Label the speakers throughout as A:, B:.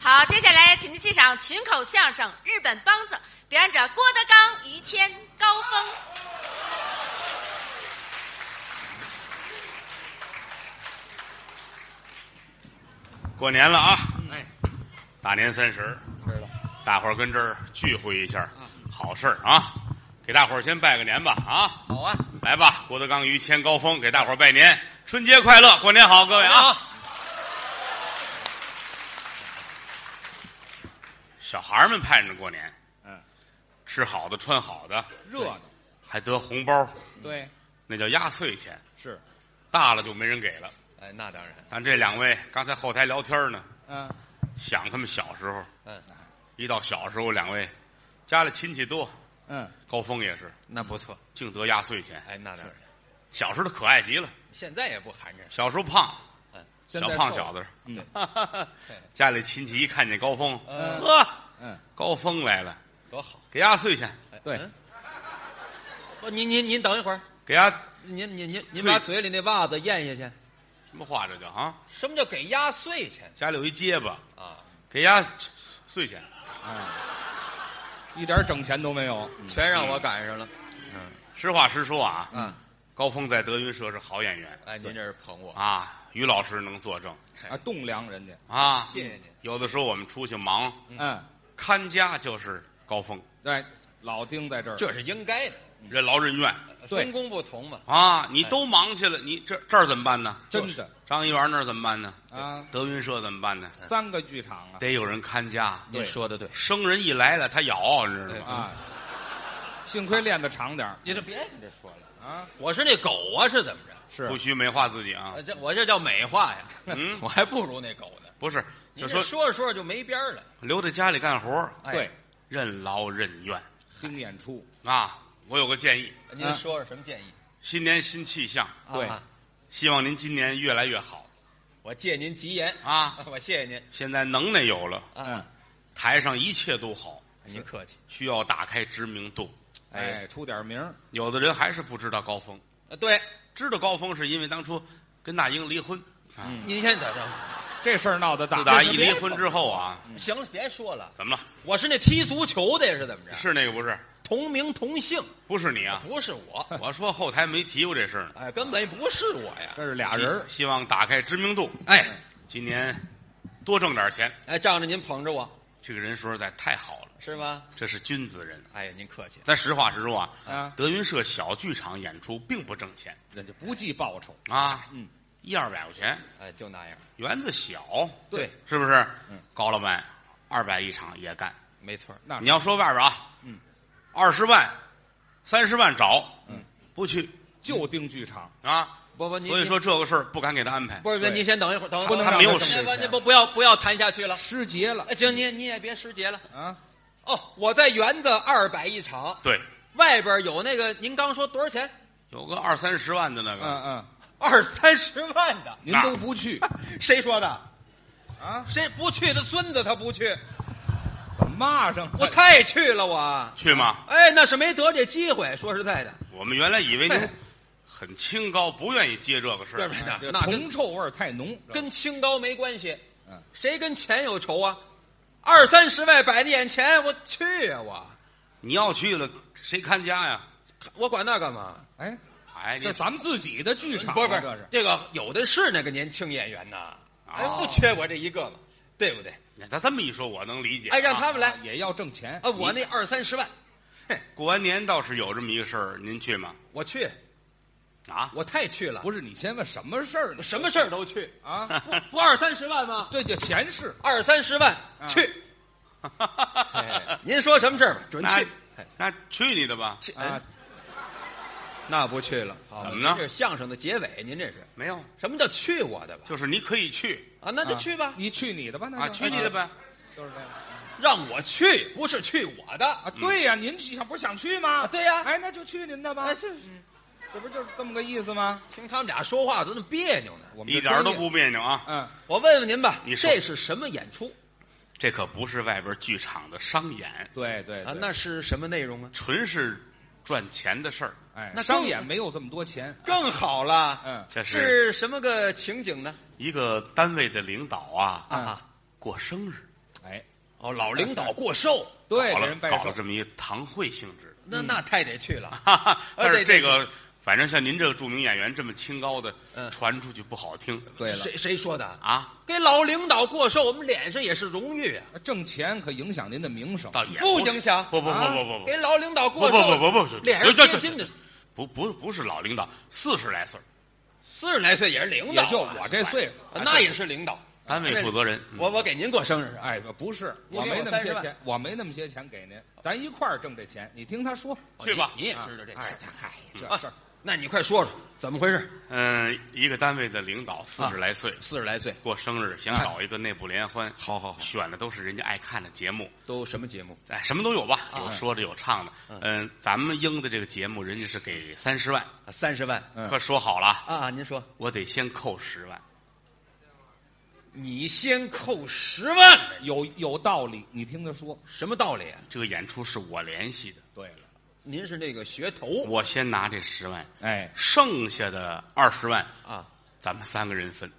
A: 好，接下来请您欣赏群口相声《日本梆子》，表演者郭德纲、于谦、高峰。
B: 过年了啊，
C: 哎，
B: 大年三十儿，
C: 知道。
B: 大伙儿跟这儿聚会一下，好事儿啊！给大伙儿先拜个年吧啊！
C: 好啊，
B: 来吧，郭德纲、于谦、高峰给大伙儿拜年，春节快乐，过年好，各位啊！
C: 啊，
B: 小孩儿们盼着过年，
C: 嗯，
B: 吃好的，穿好的，
C: 热闹，
B: 还得红包，
C: 对，
B: 那叫压岁钱，
C: 是，
B: 大了就没人给了。
D: 哎，那当然，
B: 但这两位刚才后台聊天呢，
C: 嗯，
B: 想他们小时候，
D: 嗯，
B: 一到小时候，两位家里亲戚多，
C: 嗯，
B: 高峰也是
D: 那不错，
B: 净得压岁钱，
D: 哎，那当然，
B: 小时候他可爱极了，
D: 现在也不寒碜，嗯
B: 小时候胖，
C: 现
B: 小
C: 在
B: 胖
C: 瘦
B: 小，子，
C: 嗯
D: 对，
B: 家里亲戚一看见高峰，
D: 嗯
B: 呵，
C: 嗯，
B: 高峰来了，
D: 多好。
B: 给压岁钱，
D: 哎
C: 对，
D: 嗯不，哦您您您等一会儿，
B: 给压
D: 您您您您
B: 碎
D: 把嘴里那袜子咽下去。
B: 什么话这叫啊？
D: 什么叫给压岁钱
B: 家里有一结巴，
D: 啊？
B: 给压岁钱，
C: 一点整钱都没有，
D: 全让我赶上了
B: 实话实说啊，
C: 嗯
D: 啊！
B: 高峰在德云社是好演员
D: 哎，您这是捧我，
B: 啊，于老师能作证
C: 啊，栋梁人家，
B: 啊。
D: 谢谢您。
B: 有的时候我们出去忙，
C: 嗯，
B: 看家就是高峰，
C: 对，老丁在这儿，
D: 啊这是应该的，
B: 任劳任怨
C: 对
D: 分工不同嘛。
B: 啊。你都忙去了，你这这儿怎么办呢？
C: 哎真的
B: 张一元那儿怎么办呢？
D: 嗯
C: 啊，
B: 德云社怎么办呢？
C: 三个剧场啊，
B: 得有人看家。
C: 对
D: 您说的对，
B: 生人一来了，他咬，你知道吗？
C: 啊，幸亏练的长点儿
D: 你这别你这说了，
C: 啊，
D: 我是那狗啊，是怎么着？
C: 是
B: 不，许美化自己啊
C: 哎
D: 啊！这我这叫美化呀，
B: 嗯
D: 我还不如那狗呢。
B: 不是，
D: 您
B: 就
D: 这
B: 说
D: 说着说着就没边儿了。
B: 留在家里干活，
D: 哎
C: 对，，
B: 任劳任怨
C: 盯演出，
B: 啊！我有个建议，
D: 您
C: 嗯
D: 说说什么建议？
B: 新年新气象，
C: 对
D: 啊
B: 希望您今年越来越好
D: 我借您吉言
B: 啊！，
D: 我谢谢您。啊
B: 现在能耐有了，
C: 嗯，
B: 台上一切都好，
D: 您客气。
B: 需要打开知名度。
C: 哎，出点名儿
B: 有的人还是不知道高峰，
D: 啊，对，
B: 知道高峰是因为当初跟那英离婚。啊
C: 嗯
D: 您先等等。
C: 这事儿闹得大，
B: 自打
C: 这
B: 一
C: 是
B: 离婚之后啊，
D: 行了，别说了，
B: 怎么了？
D: 我是那踢足球的呀，是怎么着？
B: 是那个不是？
D: 同名同姓，
B: 不是你啊！
D: 不是我，
B: 我说后台没提过这事儿呢。
D: 哎，根本不是我呀。
C: 这是俩人儿
B: 希希望打开知名度，
D: 哎
B: 今年多挣点钱。
D: 哎，仗着您捧着我
B: 这个人说实在太好了，
D: 是吗？
B: 这是君子人。
D: 哎呀，您客气，
B: 咱实话实说啊，
C: 啊，
B: 德云社小剧场演出并不挣钱
C: 人家不计报酬，
B: 啊，
C: 嗯，
B: 一二百块钱，
D: 哎，就那样。
B: 园子小，
D: 对，
B: 是不是？
C: 嗯
B: 高老板二百一场也干。
D: 没错儿，
C: 那
B: 你要说外边啊，
C: 嗯，
B: 二十万、三十万找，嗯，不去
C: 就盯剧场，
D: 嗯
B: 啊。
D: 不不，您
B: 所以说这个事儿不敢给他安排。
D: 不是，
C: 对
D: 您先等一会儿，等一会
C: 不
D: 儿
C: 能
B: 他
C: 让
B: 没有
C: 挣
B: 时
D: 哎
C: 这
B: 间
D: 不，
C: 钱
D: 您不不要不要谈下去了。
C: 失节了
D: 哎，行，您您也别失节了。
C: 啊，
D: 哦，我在园子二百一场，
B: 对，
D: 外边有那个，您刚说多少钱？
B: 有个二三十万的那
C: 嗯
B: 个，
C: 嗯，
D: 二三十万的，
C: 您都 不去
D: 谁说的？
C: 啊，
D: 谁不去的孙子他不去，
C: 怎么骂上
D: 我太去了我。
B: 去吗？
D: 哎，那是没得这机会。说实在的，
B: 我们原来以为您
D: 哎
B: 很清高，不愿意接这个事儿。
D: 不
C: 这
D: 对？那跟
C: 铜臭味儿太浓，
D: 跟清高没关系。
C: 嗯，
D: 谁跟钱有仇啊？二三十万摆在眼前，我去啊！我
B: 你要去了，谁看家呀？
D: 我管那干嘛？
C: 哎，
B: 哎，你
C: 这咱们自己的剧场啊，
D: 不是不
C: 这
D: 是
C: 是，
D: 这个有的是那个年轻演员呐，哎
B: 哦，
D: 不缺我这一个嘛，对不对？
B: 你看他这么一说，我能理解。
D: 哎，让他们来
C: 啊也要挣钱
D: 啊！我那二三十万，嘿，
B: 过完年倒是有这么一个事儿，您去吗？
D: 我去，
B: 啊，
D: 我太去了，
C: 不是你先问什么事儿呢？
D: 什么事儿都去，
C: 啊？
D: 不二三十万吗？
C: 对，这钱是
D: 二三十万
C: 啊
D: 去。哎您说什么事儿吧？准
B: 那
D: 去。哎
B: 那去你的吧，
D: 去哎
C: 啊，
D: 那不去了。好
B: 怎么呢
D: 您这是相声的结尾，您这是
B: 没有，
D: 什么叫去我的吧？
B: 就是你可以去
D: 啊，那就
C: 啊
D: 去吧，
C: 你去你的吧，那
B: 啊，
C: 就
B: 去你的，呗。
C: 就是这样
D: 让我去，不是去我的。
C: 啊。对呀，您想不是想去吗？
D: 啊对呀
C: 哎，那就去您的吧
D: 哎，。这
C: 这不就是这么个意思吗？
D: 听他们俩说话怎么那么别扭呢？
C: 我们
B: 一
C: 这
B: 点儿都
C: 专业，
B: 不别扭啊，
C: 嗯，
D: 我问问您吧，
B: 你说
D: 这是什么演出
B: 这可不是外边剧场的商演，
C: 对对
D: 啊？
C: 对
D: 那是什么内容啊？
B: 纯是赚钱的事儿。
C: 哎，
D: 那更
C: 商演没有这么多钱，
D: 更好了，
C: 嗯
B: 这是
D: 是什么个情景呢？
B: 一个单位的领导啊，
C: 嗯
D: 啊，
B: 过生日，
C: 哎，
D: 哦，老领导过寿，
C: 对，
B: 搞
C: 给
B: 了
C: 人拜
B: 搞
C: 寿
B: 了这么一堂会性 质
D: 那那太得去了。
B: 的，但
D: 呃对
B: 是
D: 对
B: 这个反正像您这个著名演员这么清高的，
D: 嗯
B: 传出去不好听
C: 对了，
D: 谁谁说的？
B: 啊，
D: 给老领导过寿，我们脸上也是荣誉啊，
C: 挣钱可影响您的名声。
B: 倒也
D: 不
B: 是
D: 影响
B: 不不不
C: 啊
B: 不不不
D: 给老领导
B: 不
D: 过寿，
B: 不不不不，
D: 脸
B: 这
D: 上
B: 这
D: 贴
B: 这
D: 金的。
B: 不不不是老领导，四十来岁儿，
D: 四十来岁也是领导
C: 也
D: 啊，
C: 就我这岁数，
D: 啊那也是领导。
B: 单位负责人。嗯
D: 我我给您过生日啊，
C: 哎，不是，
D: 您
C: 我
D: 给我
C: 没那么
D: 30
C: 些
D: 万
C: 钱，我没那么些钱给您，咱一块儿挣这钱。你听他说，
B: 去吧
D: 你你也
C: 啊
D: 知道这事
C: 哎
D: 儿，
C: 嗨，
D: 啊
C: 这事儿
D: 那你快说说怎么回事？
B: 嗯，一个单位的领导四
D: 啊
B: 十来岁，
D: 四十来岁，
B: 过生日想找一个内部联欢，
D: 啊好好好
B: 选的都是人家爱看的节目，
D: 都什么节目？
B: 哎，什么都有吧，
D: 啊
B: 有说的有唱的。嗯，咱们应的这个节目，人家是给三十万，
D: 三十万
C: 嗯
B: 可说好了啊，
D: 啊！您说，
B: 我得先扣十万。
D: 你先扣十万呢，
C: 有有道理，你听他说。
D: 什么道理啊？
B: 这个演出是我联系的，
C: 对了，
D: 您是那个学头
B: 我先拿这十万，
C: 哎，
B: 剩下的二十万
D: 啊，
B: 咱们三个人分，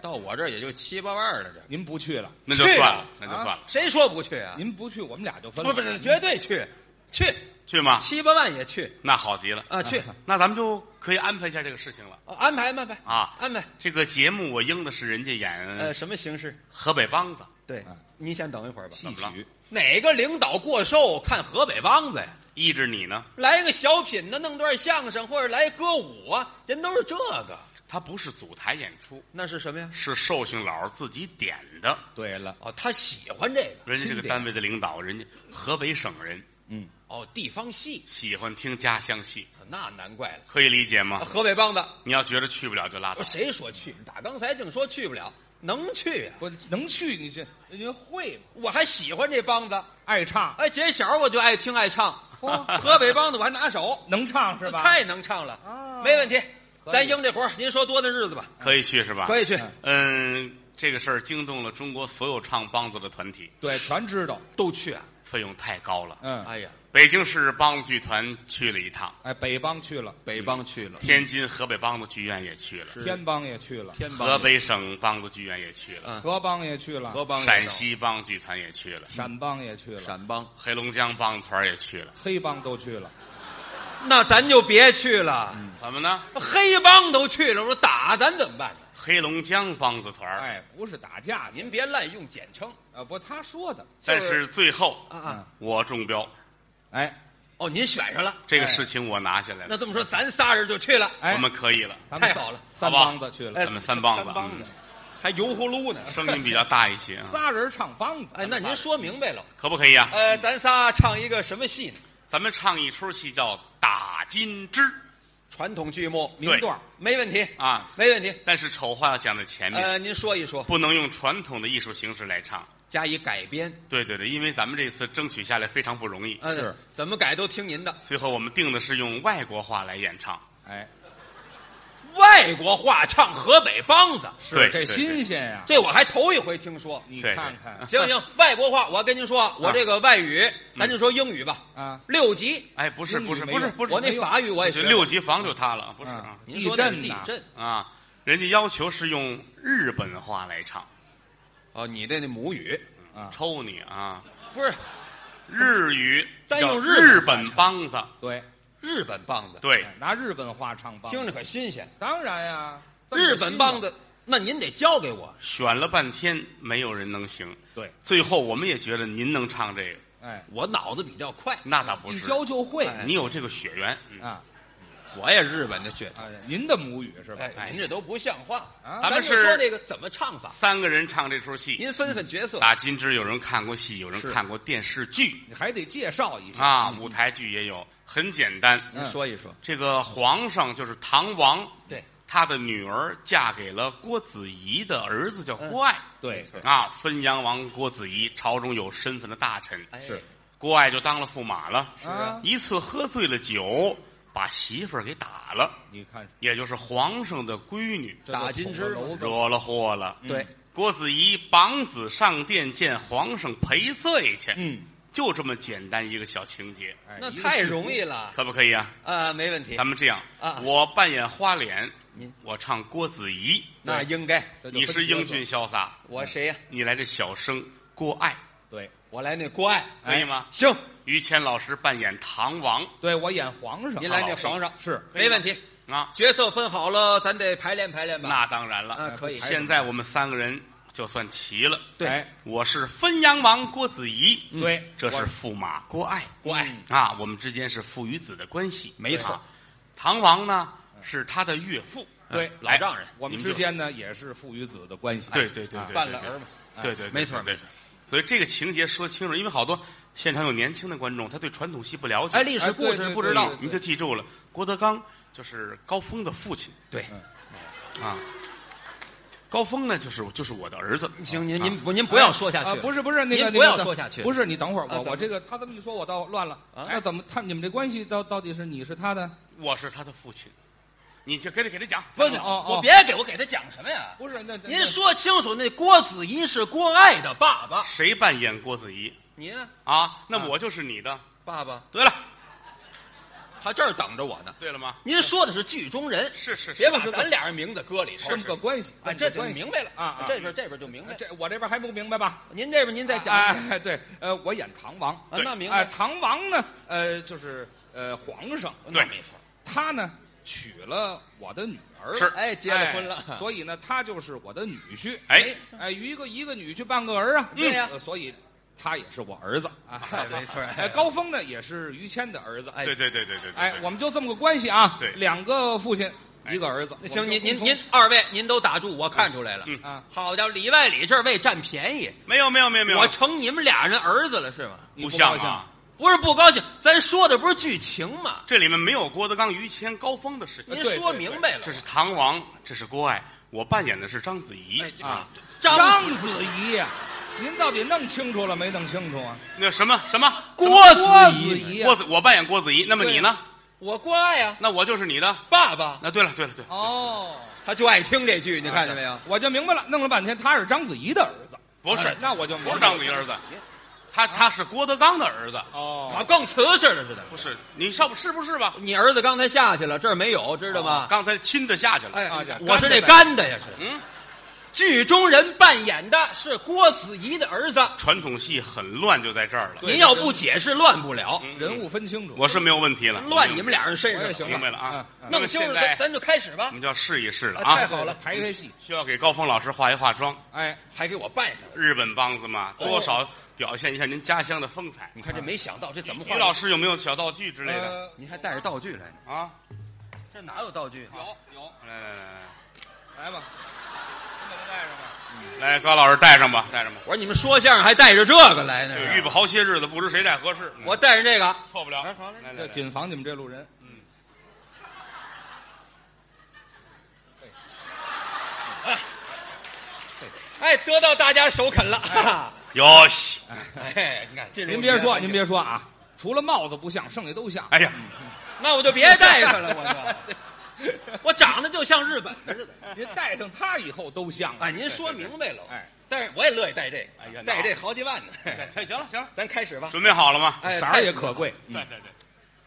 D: 到我这儿也就七八万了，这
C: 您不去了，
B: 那就
D: 去
B: 算
D: 啊
B: 了，那就算了，
D: 谁说不去啊？
C: 您不去，我们俩就分
D: 不
C: 了。嗯
D: 不是，绝对去，去
B: 去吗？
D: 七八万也去
B: 那好极了，
D: 啊，去
B: 那咱们就可以安排一下这个事情了。
D: 啊安排安排
B: 啊
D: 安排。
B: 这个节目我应的是人家
D: 呃，
B: 演
D: 什么形式？
B: 河北梆子，
D: 对
C: 嗯，
D: 您先等一会儿吧。
C: 戏
B: 怎么
C: 曲
B: 了
D: 哪个领导过寿看河北梆子呀？
B: 抑制你呢？
D: 来个小品呢，弄段相声，或者来歌舞啊，人都是这个。
B: 它不是组台演出，
D: 那是什么呀？
B: 是寿星老儿自己点的。
C: 对了，
D: 哦，他喜欢这个。
B: 人家这
C: 经
B: 个
C: 典
B: 单位的领导，人家河北省人，
D: 哦，地方戏，
B: 喜欢听家乡戏，
D: 那难怪了。
B: 可以理解吗？
D: 河北梆子，
B: 你要觉得去不了就拉倒
D: 我。谁说去？打刚才净说去不了，能去啊？
C: 不能去你这您会吗？
D: 我还喜欢这梆子，
C: 爱唱，
D: 哎，姐小我就爱听爱唱，
C: 哦
D: 河北梆子我还拿手，
C: 能唱是吧？
D: 太能唱了，
C: 啊
D: 没问题。
C: 可以
D: 咱应这活儿，您说多的日子吧，
B: 可以去是吧？
D: 啊可以去。
B: 嗯，这个事儿惊动了中国所有唱梆子的团体，
C: 对，全知道。
D: 都去啊！
B: 费用太高了。
C: 嗯，
D: 哎呀，
B: 北京市梆子剧团去了一趟，
C: 哎，北梆去了，
D: 北梆去了，
B: 天津河北梆子剧院也去了，
D: 是
C: 天梆也去了，
D: 天梆
B: 河北省梆子剧院也去了，
D: 啊
C: 河梆也去了，
D: 河梆也
B: 陕
D: 到
B: 西梆子剧团也去了，
C: 陕梆也去了，
D: 陕梆，
B: 黑龙江梆子团也去了，
C: 黑梆都去了。
D: 那咱就别去了。
B: 怎么呢？
D: 黑帮都去了，我说打咱怎么办呢？
B: 黑龙江梆子团儿，
C: 哎，不是打架去，
D: 您别滥用简称
C: 啊，不，他说的。
B: 但是最后
D: 啊啊！
B: 我中标，
C: 哎
D: 哦，您选上了，
B: 这个事情我拿下来
D: 那
B: 了，
D: 这么说，咱仨人就去了。
C: 哎，
B: 我们可以了，
C: 咱们
D: 太
C: 三
D: 好了
C: 三
B: 好吧
C: 梆子去了
D: 哎，
B: 咱们三帮子
D: 三帮子，还油葫芦呢。
B: 声音比较大一些啊，
C: 仨人唱梆子。
D: 哎，那您说明白了，
B: 可不可以啊？
D: 呃，咱仨唱一个什么戏呢？
B: 咱们唱一出戏叫《打金枝》
D: 传统剧目，
C: 名段儿
D: 没问题，
B: 啊，嗯
D: 没问题。
B: 但是丑话要讲在前面，
D: 呃，您说一说，
B: 不能用传统的艺术形式来唱。
D: 加以改编。
B: 对对对，因为咱们这次争取下来非常不容易，
D: 嗯
C: 是，
D: 怎么改都听您的。
B: 最后我们定的是用外国话来演唱。
C: 哎，
D: 外国话唱河北梆子，
C: 是
B: 对
C: 这
B: 对
C: 新鲜呀！
D: 这我还头一回听说。
C: 你
B: 对
C: 看
B: 对
C: 看
D: 行不 行？外国话，我跟您说啊，嗯我这个外语，咱就说英语吧，
C: 啊，
D: 六级。
B: 哎，不是
C: 英语
B: 不是
C: 没
B: 不是
C: 用
B: 不是，
D: 我那法语我也
B: 不
D: 学
B: 是
D: 过
B: 六级房就塌了，不是啊
C: 啊
D: 您
C: 地
D: 说那是
C: 震
D: 地
C: 呐，
D: 震
B: 啊，人家要求是用日本话来唱，
D: 哦，你这那母语
C: 啊
B: 抽你啊！
D: 不是
B: 日语
D: 单用
B: 叫
D: 日
B: 日
D: 本
B: 本梆子，
C: 对，哎
D: 日本梆子，
B: 对，
C: 拿日本话唱梆，
D: 听着可新鲜。
C: 当然呀，这么
D: 日本梆
C: 新
D: 子，那您得教给我。
B: 选了半天没有人能行，
C: 对，
B: 最后我们也觉得您能唱这个，
C: 哎，
D: 我脑子比较快，
B: 那倒不
C: 一
B: 是，
C: 教就会
D: 哎
B: 你有这个血缘，嗯
C: 啊
D: 我也日本的血统。
C: 啊！您的母语是吧？
D: 哎哎，您这都不像话。
C: 啊
D: 咱
B: 咱
D: 们
B: 们
D: 就是说这个怎么唱法，
B: 三个人唱这出戏，
D: 您分分角色。
B: 打金枝有人看过戏，有人
D: 是嗯
B: 看过电视剧
C: 你还得介绍一下
B: 啊，舞台剧也有，很简单。
D: 您说一说。
B: 这个皇上就是唐王，
D: 嗯对，
B: 他的女儿嫁给了郭子仪的儿子叫郭爱，
C: 对，
D: 哎
B: 啊，汾阳王郭子仪，朝中有身份的大臣，
D: 哎
C: 是
B: 郭爱就当了驸马了。
C: 是啊，
B: 一次喝醉了酒，把媳妇儿给打了，
C: 你看
B: 也就是皇上的闺女，
C: 这都
D: 打金枝
C: 捅了娄子
B: 惹了祸了。
D: 对，
B: 郭子仪绑子上殿见皇上赔罪去，
C: 嗯，
B: 就这么简单一个小情节，
C: 哎
D: 那
C: 一个
D: 太
C: 是
D: 容易了
B: 可不可以啊？
D: 啊，没问题
B: 咱。们这样
D: 啊
B: 我扮演花脸
D: 您，
B: 我唱郭子仪，
D: 那应该，
C: 这就
B: 你
C: 分
B: 是
C: 角
B: 英
C: 色
B: 俊潇洒，
D: 我谁呀？
B: 你来这小生，郭艾，
C: 对
D: 我来那关爱，
B: 可以吗
D: 哎行，
B: 于谦老师扮演唐王
C: 对，我演皇上，
D: 您来那
C: 老师
D: 皇上
C: 是
D: 没问题。
B: 啊，
D: 角色分好了，咱得排练排练吧。
B: 那当然
D: 啊，
B: 了。
D: 可以。
C: 排
B: 现在我们三个人就算齐了。
D: 对嗯
C: 哎
B: 我是汾阳王郭子仪，
C: 对，
B: 这是驸马郭艾
D: 关爱，
B: 啊，我们之间是父与子的关系。
C: 没错
B: 啊，唐王呢是他的岳父，
C: 对哎
B: 嗯
D: 呃老丈人
C: 我们
B: 你
C: 之
B: 就
C: 间呢也是父与子的关系，
B: 对对对
C: 啊
B: 对，
D: 办了
B: 对
D: 儿嘛，
B: 对对，对
D: 没错
B: 对
D: 没错。
B: 所以这个情节说清楚，因为好多现场有年轻的观众，他对传统戏不了解，
D: 哎，历史
C: 哎
D: 故
C: 对
D: 事
C: 对
D: 不
C: 对
D: 知道
C: 对，
B: 你就记住了。郭德纲就是高峰的父亲，
D: 对，
B: 啊，高峰呢就是就是我的儿子，
D: 行，您您不您啊哎不要说下
C: 啊，
D: 去，哦
C: 不是不是那
D: 您
C: 个，
D: 不
C: 那个
D: 要说下去
C: 不是你等会儿，
D: 啊
C: 我
D: 怎么
C: 我这个他这么一说，我倒乱了。
D: 啊
C: 那怎么他你们这关系到到底是你是他的？
B: 我是他的父亲。你就给他给他讲，
D: 不是，
C: 哦哦
D: 我别给我给他讲什么呀？
C: 不是那那
D: 您说清楚，那郭子仪是郭爱的爸爸，
B: 谁扮演郭子仪
D: 您
B: 啊？那我就是你的。
D: 爸爸，
B: 对了，
D: 他这儿等着我呢。
B: 对了吗？
D: 您说的是剧中人，
B: 是是是啊
D: 别把咱俩人名字搁里头。
C: 这么个关系
D: 哎，这就
C: 就
D: 明白了
C: 啊啊！
D: 这边这边就明白。
C: 这我这边还不明白吧？
D: 您这边您再讲，啊，
C: 哎，对，呃，我演唐王，
B: 对
D: 那明
C: 哎，
D: 白，
C: 唐王呢，呃，就是呃皇上，
D: 那没错。
C: 他呢娶了我的女儿，
B: 是
D: 哎，结了婚了
C: 哎，所以呢，他就是我的女婿。
B: 哎，
C: 哎，一个一个女婿半个儿啊，
D: 嗯对呀
C: 呃所以他也是我儿子啊。
D: 哎没错
C: 哎，高峰呢也是于谦的儿子。
D: 哎
B: 对对对对对对，
C: 哎，我们就这么个关系啊。
B: 对
C: 两个父亲，
B: 哎
C: 一个儿子。
D: 那
C: 我
D: 行，
C: 们就
D: 您您
C: 共
D: 您二位您都打住，我看出来了。
B: 嗯
C: 啊，
D: 好家伙，里外里这儿为占便宜，
B: 没有没有没有没有，
D: 我成你们俩人儿子了是吗？
C: 你
B: 不
C: 不
B: 像
C: 高兴
B: 啊，
D: 不是不高兴，咱说的不是剧情吗？
B: 这里面没有郭德纲、于谦、高峰的事情
D: 您。
C: 对
D: 说
C: 对
D: 明白了
B: 呃这。是唐王，这是郭艾，我扮演的是章子怡
D: 哎这
C: 啊，
D: 张
C: 章子怡呀，您到底弄清楚了没？弄清楚啊？
B: 那什么什么
D: 郭
C: 郭
D: 子
C: 子
D: 仪，
C: 仪呀，
B: 郭子，我扮演郭子仪，那么
C: 对
B: 你呢？
D: 我郭爱呀，
B: 那我就是你的。
D: 爸爸，
B: 那对了对了对了，
C: 哦，
D: 他就爱听这句，你看见没有？
C: 我就明白了，弄了半天他是章子怡的儿子，
B: 不是
C: 哎那我就
B: 不
C: 明白
B: 是
C: 了
B: 章子怡儿子，他他是郭德纲的儿子，
C: 哦，
D: 他更瓷实了似的。
B: 不是你上不是不是吧？
D: 你儿子刚才下去了，这儿没有，知道吗？
B: 刚才亲的下去了。
D: 哎
C: 啊这，
D: 我是那
C: 干
D: 干的呀，是
B: 嗯，
D: 剧中人扮演的是郭子仪的儿子。
B: 传统戏很乱，就在这儿了。
C: 对
D: 您要不解释，乱不了，
B: 嗯
C: 人物分清楚。
B: 我是没有问题了。
D: 乱你们俩人身
C: 我也
D: 上。
C: 行
B: 明白了啊
C: 嗯嗯
B: 那
D: 弄
B: 么
D: 清
B: 现
D: 楚，
B: 在
D: 咱咱就开始吧
B: 我。们就要试一试了
D: 哎太
B: 啊！
D: 好了
C: 排排戏。
B: 需要给高峰老师画一化妆，
C: 哎，
D: 还给我办上了，
B: 日本梆子嘛，
D: 哦
B: 多少表现一下您家乡的风采。
D: 你看这没想到，这怎么
B: 于
D: 画？
B: 老师有没有小道具之类的
C: 呃，
D: 啊您还带着道具来呢？
B: 啊？
D: 这哪有道具？
C: 有有，
B: 来来来来
C: 来吧，给他带上吧。
B: 来，高老师带上吧，带上吧。
D: 我说你们说相声还带着这个来呢
B: 这？预备好些日子，不知谁带合适。哎嗯
D: 我带着这个，
B: 错不了。
D: 哎好嘞
B: 来来
C: 这
B: 来
C: 谨防你们这路人。
D: 哎，得到大家首肯了。
B: 哟西，
D: 哎，你看，进入
C: 您别说，
D: 这个环境
C: 您，别说啊，除了帽子不像，剩下都像。
B: 哎呀，
D: 那我就别带上了，我就。我长得就像日本的似的。
C: 您带上他以后都像啊了。
D: 哎，您说明白了。
C: 哎，
D: 但是我也乐意带这
B: 哎呀
D: 个，带这好几万呢。
B: 哎行行了行了， 嗯
D: 咱开始吧。
B: 准备好了吗？
D: 哎，
C: 色儿也可贵。嗯
B: 对对对，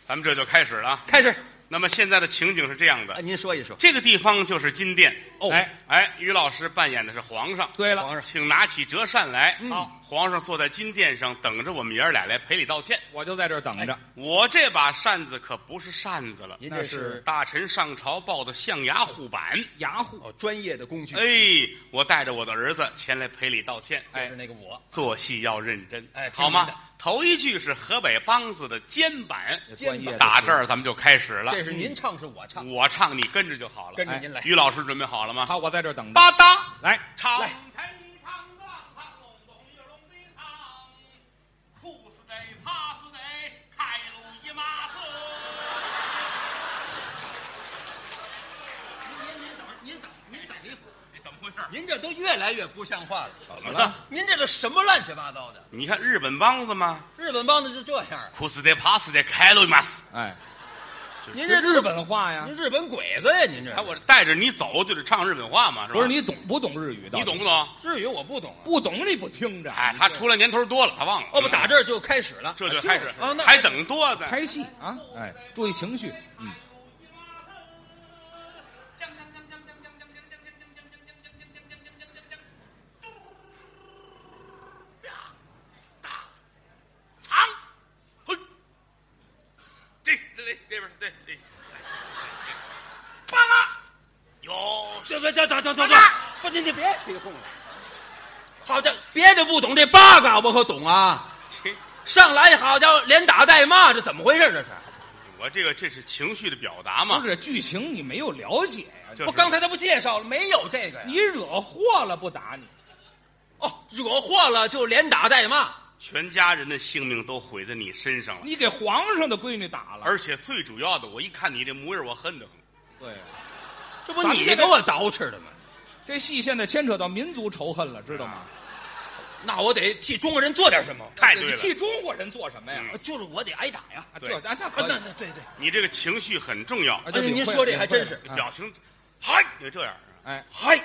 B: 咱们这就开始了啊。
D: 开始。
B: 那么现在的情景是这样
D: 啊，
B: 的，
D: 您说一说。
B: 这个地方就是金殿。
D: 哦
B: 哎哎，于老师扮演的是皇上。
C: 对
D: 皇
C: 了，
D: 上
B: 请拿起折扇来。
D: 嗯
B: 好，皇上坐在金殿上，等着我们爷儿俩来赔礼道歉。
C: 我就在这儿等着。
B: 我这把扇子可不是扇子了，
D: 您
C: 那
D: 这
C: 是
D: 是
B: 大臣上朝抱的象牙护板。
C: 牙户
D: 哦，专业的工具。
B: 哎，我带着我的儿子前来赔礼道歉。
D: 就是那个我。
B: 做戏要认真，
D: 哎听
B: 好吗
D: 您的？
B: 头一句是河北梆子的肩板，
C: 专业的
B: 打这儿咱们就开始了。
D: 这是您唱，是我唱，
B: 我唱，你跟着就好了。
D: 跟着
C: 哎
D: 您来。
B: 于老师准备好了吗？
C: 好，我在这儿等着。
B: 吧嗒，
C: 来，
B: 唱
D: 来
B: 唱唱唱隆咚又隆的唱，哭死得怕死得开路一马死。
D: 您您等，您等，您等一会儿。
B: 你怎么回事？
D: 您这都越来越不像话了。
B: 怎
C: 么了？
D: 您这都什么乱七八糟的？
B: 你看日本梆子吗？
D: 日本梆子是这样，啊
B: 哭死得怕死得开路一马死。
C: 哎，
D: 您这
C: 日本话呀
D: 您？日本鬼子呀？您这
B: 哎，我带着你走就得唱日本话嘛，是吧？
C: 不是你懂不懂日语？
B: 你懂不？懂？
D: 日语我不懂啊。
C: 不懂你不听着。
B: 哎，他出来年头多了，他忘了。
D: 哦不，打这儿就开始了，
B: 这就开始
D: 啊，就是啊那
B: 还等多的。
C: 拍戏啊，哎，注意情绪。嗯，
D: 就别起哄了。好家伙，别的不懂，这八嘎我可懂啊！上来好家伙，连打带骂，这怎么回事？这是
B: 我这个这是情绪的表达嘛
C: 不？是剧情你没有了解呀、
B: 就是
D: 不？刚才他不介绍了，没有这
B: 哎
D: 个呀？
C: 你惹祸了不打你，
D: 哦，惹祸了就连打带骂，
B: 全家人的性命都毁在你身上了，
C: 你给皇上的闺女打了。
B: 而且最主要的，我一看你这模样，我恨得很。
C: 对呀、
D: 这不
C: 咱
D: 你
C: 这
D: 给
C: 个
D: 我捯饬的吗？
C: 这戏现在牵扯到民族仇恨了，知道吗？
D: 那我得替中国人做点什么，
B: 啊太对
C: 你
B: 了，
C: 替中国人做什么呀？
B: 嗯
D: 啊就是我得挨打呀。
C: 啊
B: 对
C: 这那那
D: 啊，
C: 可
D: 那
C: 以。
D: 那对对，
B: 你这个情绪很重要，
C: 啊
D: 哎您说这还真是
B: 这表情，嗨，就这样啊。
C: 哎，
D: 嗨，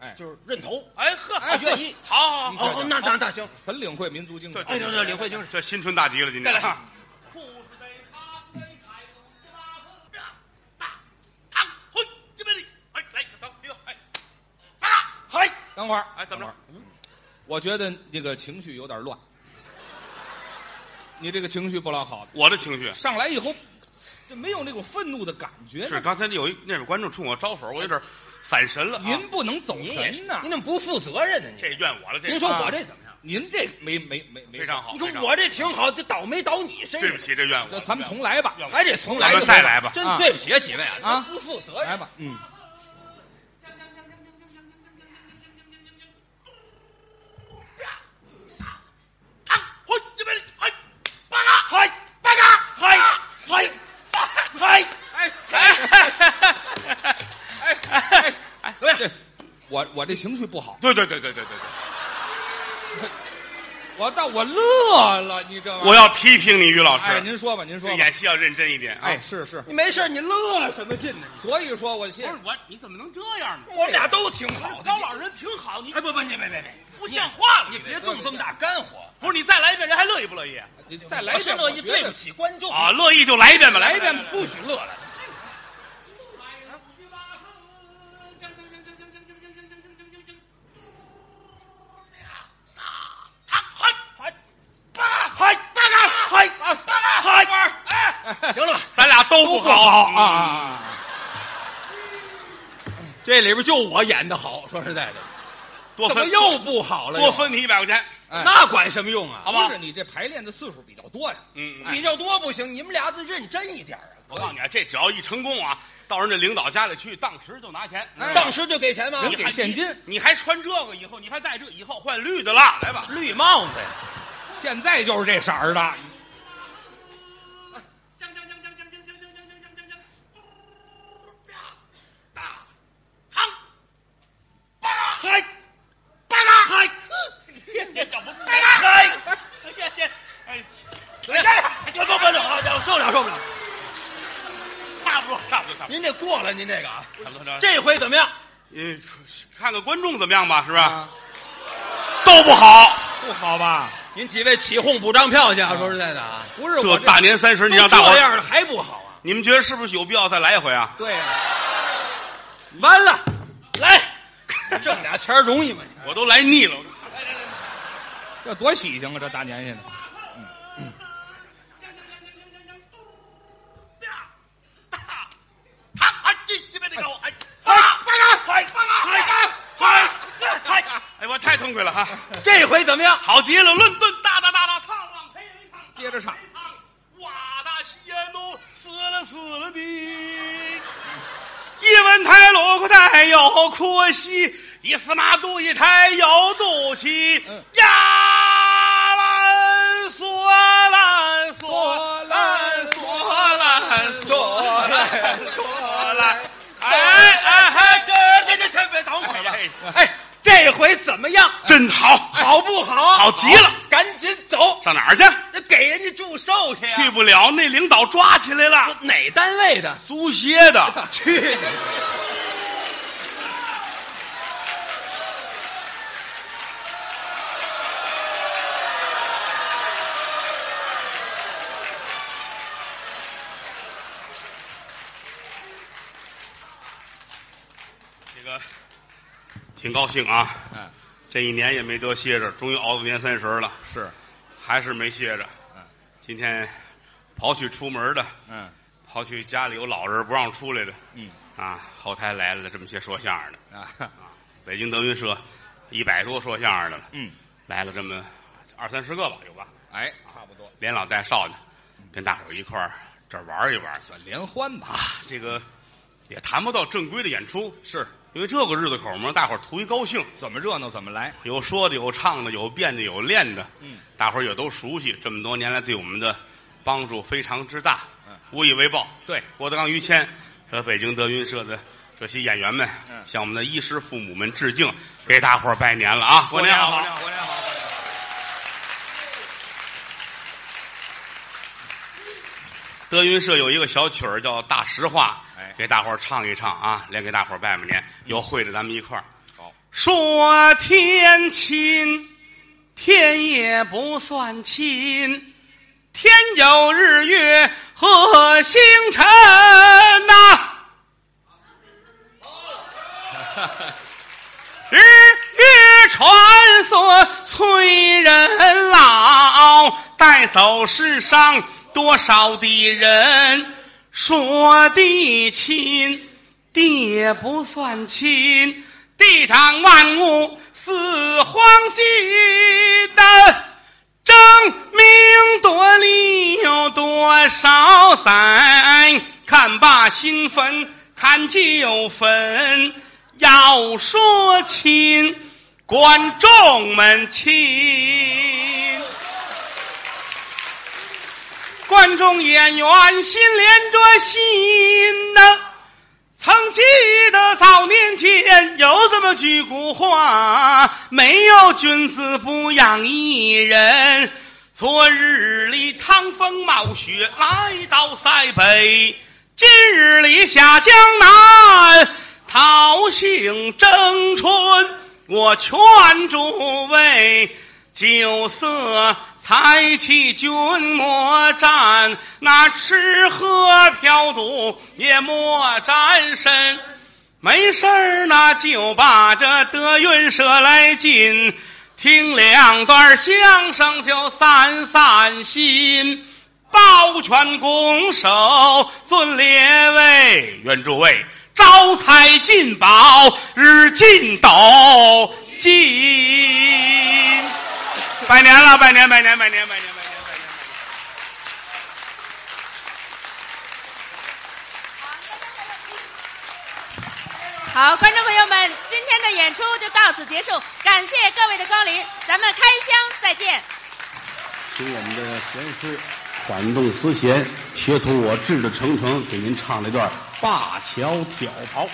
C: 哎
D: 就是认同。
B: 哎呵，
D: 哎愿意
B: 好好好，
C: 你瞧瞧
D: 哦，那那那行，
C: 很领会民族精神。
B: 嗯对对
D: 哎，这
B: 对
D: 这领会精神。
B: 这新春大吉了，今
D: 再
B: 天
D: 来啊
E: 裤子得擦子得开龙一马子。
B: 大
D: 啊
B: 堂嘿，这边里，哎来，等别动，哎，啊，
D: 嗨，
C: 等会儿，
B: 哎怎么着
C: 等会儿？我觉得这个情绪有点乱，你这个情绪不老好，
B: 我的情绪
C: 上来以后就没有那种愤怒的感觉。
B: 是刚才有一那边观众冲我招手，我有点散神了啊。
C: 您不能走
D: 您也是
C: 神呐，
D: 您怎么不负责任呢？
B: 这怨我了，这啊
D: 您，您说我这怎么样？
C: 您这没没没没
B: 非常好，
D: 你说
B: 非常好
D: 我这挺好，这倒霉倒你身
B: 对不
D: 上，
B: 起，这怨我
C: 这
B: 了，
C: 咱们重来吧，
D: 还得重来
B: 咱们
D: 一回
B: 再来吧
D: 真
C: 啊
D: 对不起啊，几位啊，
C: 啊
D: 不负责
C: 来
D: 任。
C: 吧，嗯，
D: 啊
B: 嘿，这边里，哎，八嘎，
D: 嗨，
B: 八嘎，
D: 嗨，嗨，嗨，
C: 哎
B: 哎，哎哎哎，
D: 怎么
C: 这
D: 样？
C: 我我这情绪不好，
B: 对对对对对对对，
C: 我到我乐了，你这玩意儿
B: 我要批评你，于老
C: 哎，
B: 师，
C: 您说吧，您说
B: 这
C: 吧
B: 演，戏要认真一点啊。
C: 哎，是是，
D: 你没事，你乐什么劲呢？
C: 所以说我现
E: 不是我，你怎么能这样呢？
D: 我们俩都挺好的。
E: 高老师挺好，你
D: 哎，不不，你别别别，
E: 不像话了，
D: 你
E: 你
D: 别动这么大干火。
E: 不是你再来一遍，人还乐意不乐意？
C: 你再来一
D: 是
C: 遍，
D: 乐
C: 我
D: 意，
C: 觉得
D: 对不起观众
B: 啊，，乐意就来一遍吧，
D: 来一
B: 一
D: 遍
B: 遍吧。
D: 不许乐了。嗨嗨，八嗨八嘎嗨八嘎嗨，哎，行了吧？
B: 啊咱俩都不好嗯
C: 啊啊！啊啊
D: 这里边就我演的好，说实在的，
B: 多
D: 怎么
B: 分
D: 又不好了？
B: 多，分你一百块钱，
C: 哎
D: 那管什么用啊？
B: 好不好
C: 不是？你这排练的次数比较多呀，
B: 嗯，嗯
D: 比较多不行，你们俩得认真一点啊！
B: 我告诉你啊，这只要一成功啊，到人家领导家里去，当时就拿钱，嗯
C: 哎
D: 当时就给钱吗？
C: 人给现金，
B: 你还穿这个，以后你还戴这，以后换绿的了，来吧。
D: 绿帽子呀！
C: 现在就是这色儿的。
D: 嗨，八嘎嗨，
B: 这怎么
D: 八嘎嗨！
B: 这哎，
D: 哎，观众观众，好家伙，受不了受不了！
B: 差不多，差不多，差不多，
D: 您这过了，您这个啊，
B: 差不多。
D: 这回怎么样？
B: 嗯，看看观众怎么样吧，是吧？
C: 啊，
B: 都不好，
C: 不好吧？
D: 您几位起哄补张票去
C: 嗯
D: 啊！说实在的啊，
C: 不是我
B: 这大年三十你
D: 都
B: 让大伙儿，
D: 这样了还不好啊？
B: 你们觉得是不是有必要再来一回啊？
C: 对呀、
D: 完了，来， 挣俩钱儿容易吗？
B: 我都来腻了，
C: 这多喜庆啊！这大年纪的，
D: 嗨，八嘎，嗨，嗨，嗨，嗨，
B: 哎，我太痛快了哈，
D: 这回怎么样？
B: 好极了，伦敦大大大大唱浪嘿唱。
C: 接着唱。
B: 瓦达西耶奴死了死了的，一文台锣鼓台有哭戏，一司马肚一台有肚脐，呀兰索兰索兰索兰索兰索兰，哎哎哎，
D: 这这这这别等会儿吧！哎，这回怎么样？
B: 真好，
D: 好不好？
B: 好极了，
D: 赶紧走，
B: 上哪儿去？
D: 那给人家祝寿去呀！啊
B: 去不了，那领导抓起来了，
D: 哪单位的？
B: 足协的，
D: 去你！
B: 这个挺高兴啊。
C: 嗯，
B: 这一年也没得歇着，终于熬到年三十了，
C: 是，
B: 还是没歇着。今天刨去出门的，
C: 嗯，
B: 刨去家里有老人不让出来的，
C: 嗯，
B: 啊，后台来了这么些说相声的，
C: 啊，
D: 北京德云社一百多说相声的了，
C: 嗯，
D: 来了这么二三十个吧，有吧？
C: 哎，差不多，
D: 连老带少的，
C: 嗯
D: 跟大伙儿一块儿这儿玩一玩，
C: 算联欢吧。
D: 这个也谈不到正规的演出，
C: 是，
D: 因为这个日子口嘛，大伙儿图一高兴，
C: 怎么热闹怎么来。
D: 有说的，有唱的，有变的，有练的，嗯，大伙儿也都熟悉，这么多年来对我们的帮助非常之大，
C: 嗯，
D: 无以为报。
C: 对，
D: 郭德纲、于谦和北京德云社的这些演员们，
C: 嗯
D: 向我们的衣食父母们致敬，给大伙儿拜年了啊！过年好！
C: 过年好，过年好，过年好。
D: 德云社有一个小曲儿叫《大实话》，
C: 哎
D: 给大伙儿唱一唱啊，连给大伙儿拜拜年，有会的咱们一块儿。
B: 说天亲，天也不算亲，天有日月和星辰呐、日月穿梭催人老，带走世上多少的人。说地亲，地也不算亲，地长万物似黄金呐。争名夺利有多少载？看罢新坟，看旧坟。要说亲，观众们亲。观众演员心连着心呐、曾记得早年间有这么句古话：没有君子不养艺人。昨日里趟风冒雪来到塞北，今日里下江南桃杏争春。我劝诸位。酒色财气君莫沾，那吃喝嫖赌也莫沾身。没事儿呢，就把这德云社来进，听两段相声就散散心。抱拳拱手，尊列位，
D: 愿诸位
B: 招财进宝，日进斗金。
D: 拜年了，拜年，拜年，拜年，拜年，拜年，拜年。
A: 好，观众朋友们，今天的演出就到此结束，感谢各位的光临，咱们开箱再见。
F: 请我们的弦师缓动丝弦，协同我志志诚诚给您唱了一段《灞桥挑袍》。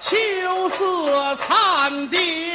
B: 秋色惨蝶。